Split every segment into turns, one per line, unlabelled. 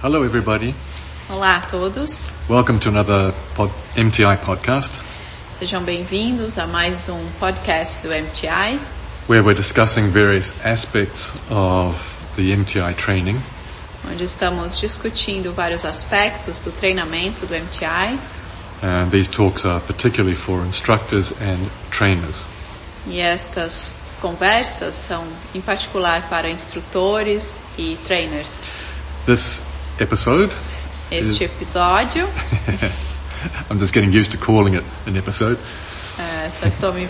Hello, everybody.
Olá a todos,
Welcome to another pod- MTI podcast
sejam bem-vindos a mais um podcast do MTI,
where we're discussing various aspects of the MTI training.
onde estamos discutindo vários aspectos do treinamento do MTI
And these talks are particularly for instructors and trainers.
e estas conversas são em particular para instrutores e trainers.
This episode,
Este episódio,
I'm just getting used to calling it an episode,
eh, só estou me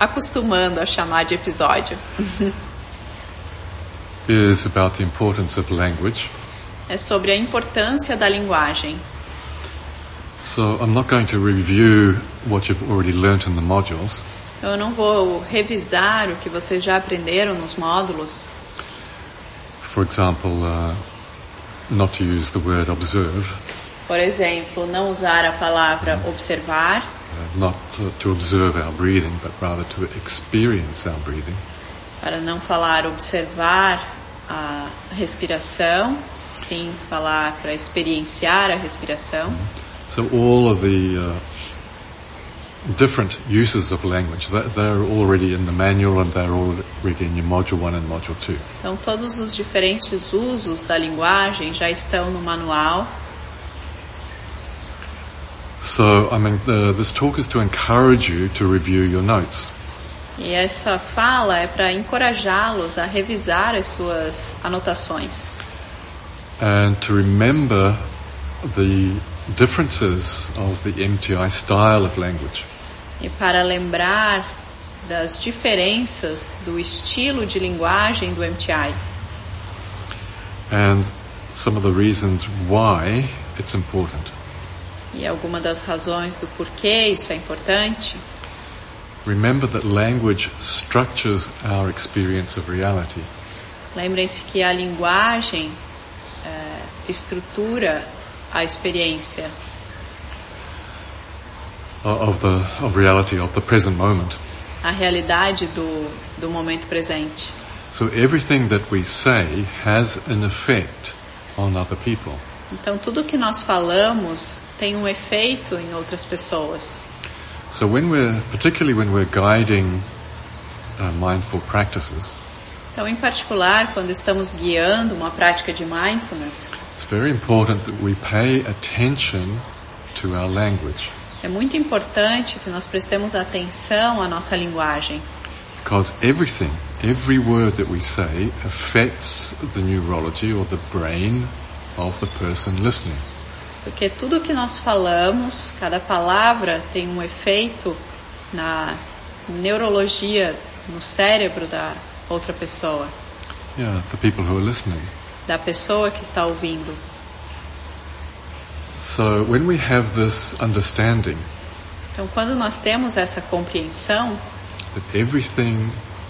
acostumando a chamar de episódio,
is about the importance of language.
é sobre a importância da linguagem.
So I'm not going to review what you've already learnt in the modules.
Eu não vou revisar o que vocês já aprenderam nos módulos,
For example, uh, not to use the word observe.
Por exemplo, não usar a palavra observar,
Uh, not to, to observe our breathing, but rather to experience our breathing.
para não falar observar a respiração, sim falar para experienciar a respiração.
So all of the uh, different uses of language, tha- they're already in the manual and they're already in your module one and module two.
Então, todos os diferentes usos da linguagem já estão no manual.
So I mean, uh, this talk is to encourage you to review your notes.
E essa fala é para encorajá-los a revisar as suas anotações
and to remember the differences of the MTI style of language.
e para lembrar das diferenças do estilo de linguagem do MTI.
and some of the reasons why it's important.
E alguma das razões do porquê isso é importante
Remember that language structures our experience of reality.
Lembrem-se que a linguagem eh, estrutura a experiência
o- uh, Of the of reality of the present moment.
a realidade do, do momento presente.
So everything that we say has an effect on other people.
Então, tudo que nós falamos tem um efeito em outras pessoas.
So when we're particularly when we're guiding uh, mindful practices,
Então, em particular, quando estamos guiando uma prática de mindfulness,
it's very important that we pay attention to our language
é muito importante que nós prestemos atenção à nossa linguagem,
Because everything, every word that we say affects the neurology or the brain of the person listening.
porque tudo que nós falamos, cada palavra tem um efeito na neurologia, no cérebro da outra pessoa,
Yeah, the people who are listening.
da pessoa que está ouvindo.
So when we have this understanding
Então, quando nós temos essa compreensão
that everything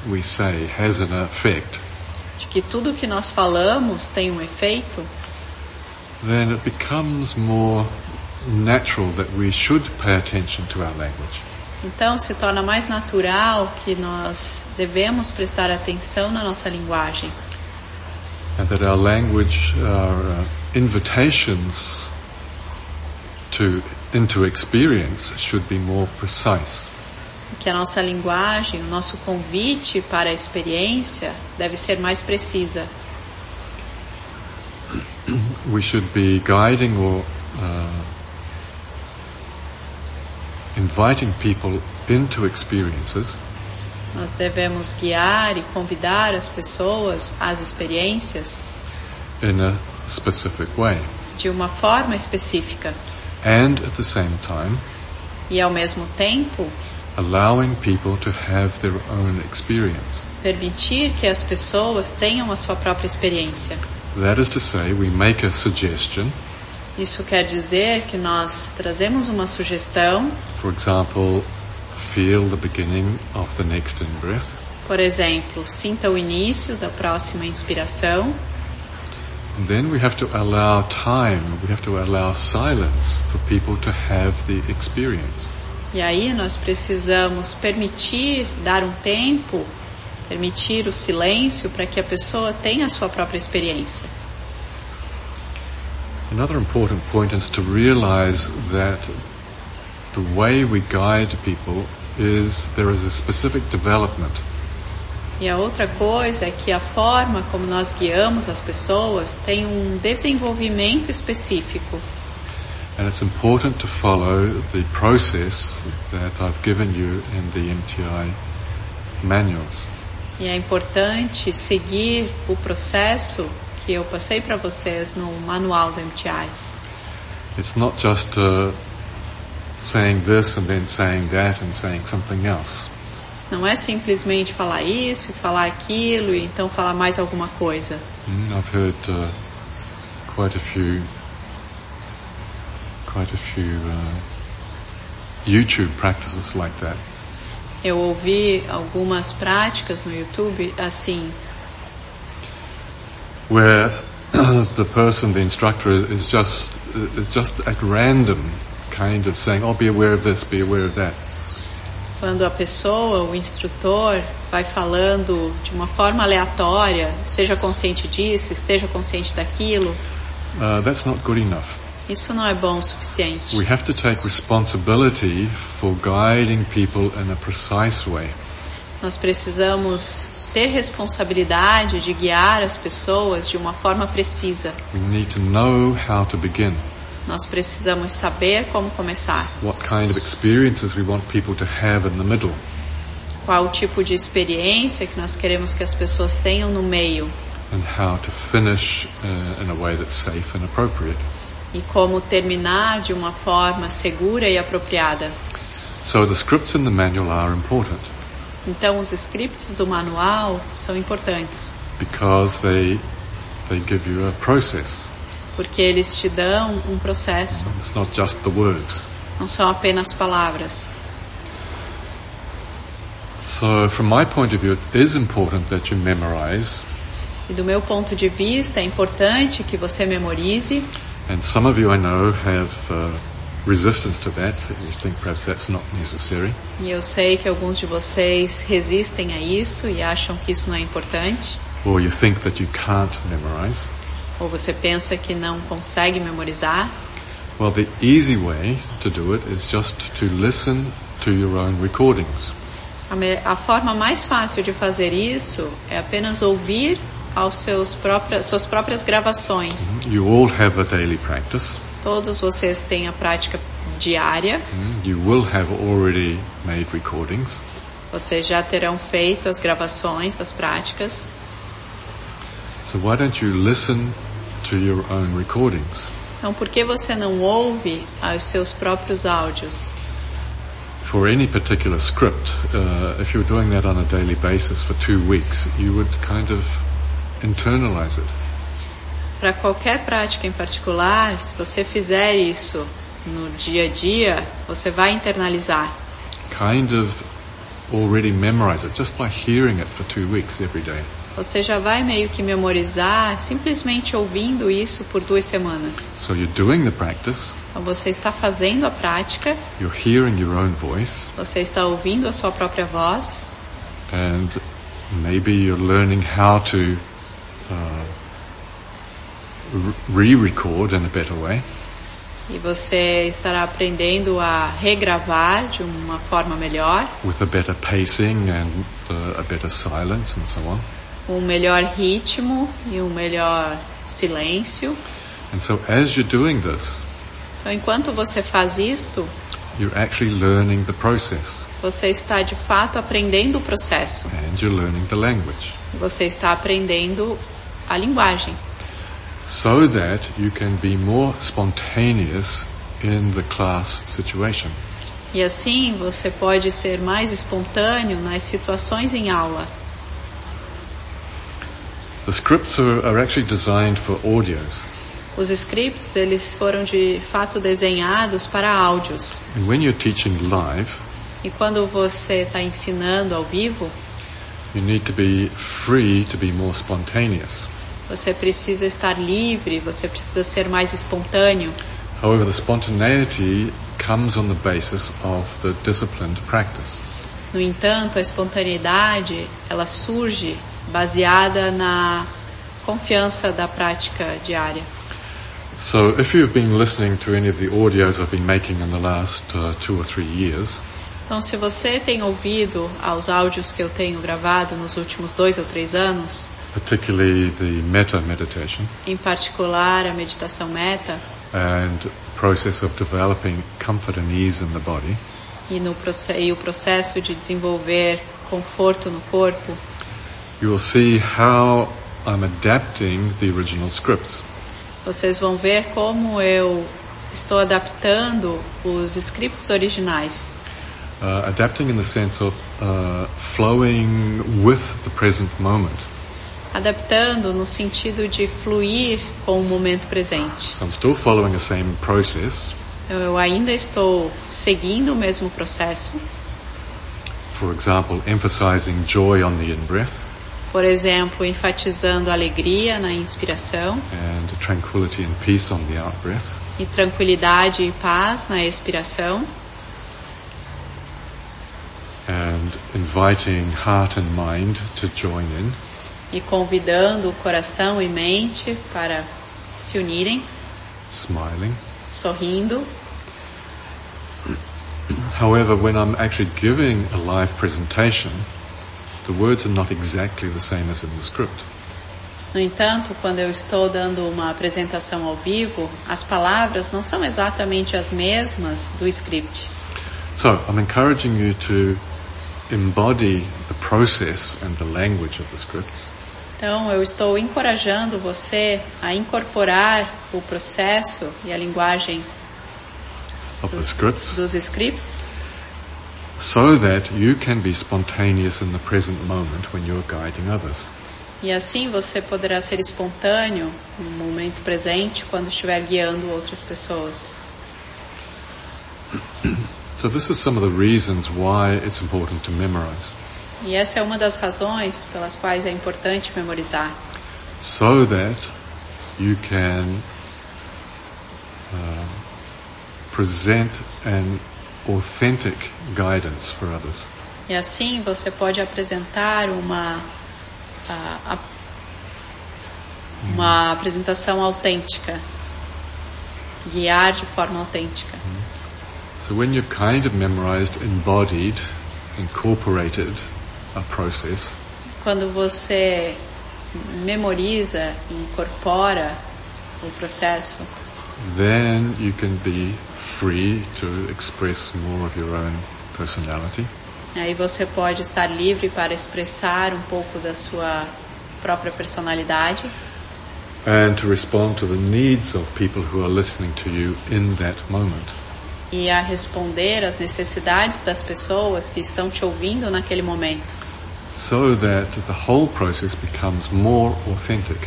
we say has an effect,
de que tudo que nós falamos tem um efeito,
then it becomes more natural that we should pay attention to our language.
então se torna mais natural que nós devemos prestar atenção na nossa linguagem.
and that our language are uh, invitations to into experience should be more precise.
que a nossa linguagem, o nosso convite para a experiência deve ser mais precisa.
We should be guiding or uh, inviting people into experiences
Nós devemos guiar e convidar as pessoas às experiências
in a specific way,
de uma forma específica
and at the same time
e, ao mesmo tempo,
allowing people to have their own experience.
permitir que as pessoas tenham a sua própria experiência.
That is to say, we make a suggestion
Isso quer dizer que nós trazemos uma sugestão,
For example, feel the beginning of the next in breath,
por exemplo, sinta o início da próxima inspiração,
and then we have to allow time, we have to allow silence for people to have the experience.
E aí nós precisamos permitir, dar um tempo, permitir o silêncio para que a pessoa tenha a sua própria experiência.
Another important point is to realize that the way we guide people is there is a specific development.
E a outra coisa é que a forma como nós guiamos as pessoas tem um desenvolvimento específico.
And it's important to follow the process that I've given you in the MTI manuals.
E é importante seguir o processo que eu passei para vocês no manual do MTI.
It's not just uh, saying this and then saying that and saying something else.
Não é simplesmente falar isso e falar aquilo e então falar mais alguma coisa.
Mm, I've heard uh, quite a few, quite a few uh, YouTube practices like that.
Eu ouvi algumas práticas no YouTube assim,
where the person, the instructor, is just is just at random, kind of saying, "Oh, be aware of this, be aware of that."
quando a pessoa, o instrutor, vai falando de uma forma aleatória, esteja consciente disso, esteja consciente daquilo,
Uh, that's not good enough.
isso não é bom o suficiente.
We have to take responsibility for guiding people in a precise way.
Nós precisamos ter responsabilidade de guiar as pessoas de uma forma precisa.
We need to know how to begin,
Nós precisamos saber como começar,
what kind of experiences we want people to have in the middle,
qual o tipo de experiência que nós queremos que as pessoas tenham no meio
and how to finish uh, in a way that's safe and appropriate.
e como terminar de uma forma segura e apropriada.
So the scripts in the manual are important
Então, os scripts do manual são importantes,
because they they give you a process.
porque eles te dão um processo,
It's not just the words.
não são apenas palavras.
So, from my point of view, it is important that you memorize,
E do meu ponto de vista, é importante que você memorize.
and some of you I know have uh, resistance to that. You think perhaps that's not necessary.
E eu sei que alguns de vocês resistem a isso e acham que isso não é importante,
Or you think that you can't memorize.
ou você pensa que não consegue memorizar.
Well, the easy way to do it is just to listen to your own recordings.
A, me- a forma mais fácil de fazer isso é apenas ouvir aos seus próprias, suas próprias gravações.
You all have a daily practice.
Todos vocês têm a prática diária,
Mm, You will have already made recordings.
vocês já terão feito as gravações das práticas.
So, why don't you listen to your own recordings?
Então, por que você não ouve aos seus próprios áudios?
for any particular script, uh, if you're doing that on a daily basis for two weeks, you would kind of internalize it.
Para qualquer prática em particular, se você fizer isso no dia a dia, você vai internalizar.
Kind of already memorize it just by hearing it for two weeks every day.
Você já vai meio que memorizar simplesmente ouvindo isso por duas semanas.
So you're doing the practice,
Então, você está fazendo a prática,
you're hearing your own voice,
você está ouvindo a sua própria voz,
and maybe you're learning how to uh, re record in a better way.
E você estará aprendendo a regravar de uma forma melhor,
With a better pacing and uh, a better silence and so on.
um melhor ritmo e um melhor silêncio.
And so as you're doing this,
Então, enquanto você faz isto,
You're actually learning the process
você está de fato aprendendo o processo.
and you're learning the language
Você está aprendendo a linguagem,
so that you can be more spontaneous in the class situation.
e assim você pode ser mais espontâneo nas situações em aula.
The scripts are, are actually designed for audios.
Os scripts, eles foram de fato desenhados para áudios.
And when you're teaching live,
E quando você está ensinando ao vivo,
you need to be free to be more spontaneous.
Você precisa estar livre, você precisa ser mais espontâneo.
However, the spontaneity comes on the basis of the disciplined practice.
No entanto, a espontaneidade, ela surge baseada na confiança da prática diária.
So if you've been listening to any of the audios I've been making in the last uh, two or three years,
Então, se você tem ouvido aos áudios que eu tenho gravado nos últimos dois ou três anos,
particularly the meta meditation
em particular a meditação meta,
and the process of developing comfort and ease in the body,
e, no, proce- e o processo de desenvolver conforto no corpo,
you will see how I'm adapting the original scripts.
vocês vão ver como eu estou adaptando os scripts originais.
Uh, adapting in the sense of uh, flowing with the present moment.
Adaptando no sentido de fluir com o momento presente.
So I'm still following the same process.
Então, eu ainda estou seguindo o mesmo processo,
For example, emphasizing joy on the in breath
por exemplo, enfatizando a alegria na inspiração
and tranquility and peace on the out breath.
e tranquilidade e paz na expiração
And inviting heart and mind to join in.
e convidando o coração e mente para se unirem,
Smiling.
sorrindo.
However, when I'm actually giving a live presentation, the words are not exactly the same as in the script.
No entanto, quando eu estou dando uma apresentação ao vivo, as palavras não são exatamente as mesmas do script.
So I'm encouraging you to embody the process and the language of the scripts
Então, eu estou encorajando você a incorporar o processo e a linguagem
of the
dos,
scripts
dos scripts
so that you can be spontaneous in the present moment when you're guiding others.
E assim você poderá ser espontâneo no momento presente quando estiver guiando outras pessoas.
So this is some of the reasons why it's important to memorize
E essa é uma das razões pelas quais é importante memorizar,
so that you can um, present an authentic guidance for others.
E assim você pode apresentar uma a- a- uma apresentação autêntica, guiar de forma autêntica.
So when you've kind of memorized, embodied, incorporated a process,
Quando você memoriza e incorpora o processo,
then you can be free to express more of your own personality
Aí você pode estar livre para expressar um pouco da sua própria personalidade
and to respond to the needs of people who are listening to you in that moment.
e a responder às necessidades das pessoas que estão te ouvindo naquele momento.
So that the whole process becomes more authentic.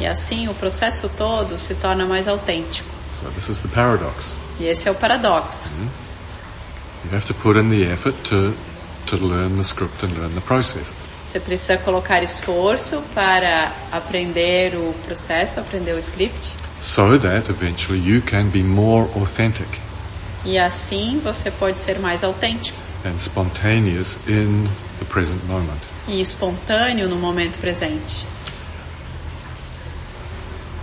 E assim o processo todo se torna mais autêntico.
So this is the paradox.
E esse é o paradoxo.
You have to put in the effort to, to learn the script and learn the process.
Você precisa colocar esforço para aprender o processo, aprender o script,
So that eventually you can be more authentic
e assim você pode ser mais autêntico
and spontaneous in the present moment.
e espontâneo no momento presente.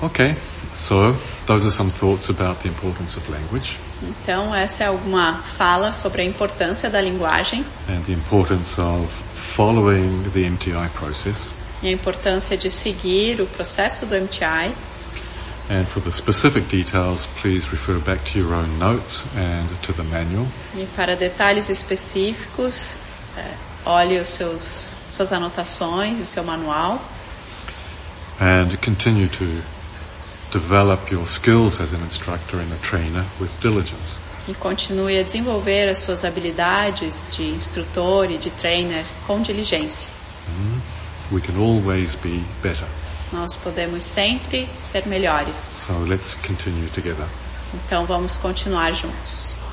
Okay, so those are some thoughts about the importance of language
Então, essa é alguma fala sobre a importância da linguagem
and the importance of following the MTI process.
e a importância de seguir o processo do MTI.
And for the specific details, please refer back to your own notes and to the manual.
E para detalhes específicos, eh, olhe os seus, suas anotações, o seu manual
and continue to develop your skills as an instructor and a trainer with diligence.
e continue a desenvolver as suas habilidades de instrutor e de trainer com diligência.
We can always be better.
Nós podemos sempre ser melhores.
So let's continue together.
Então, vamos continuar juntos.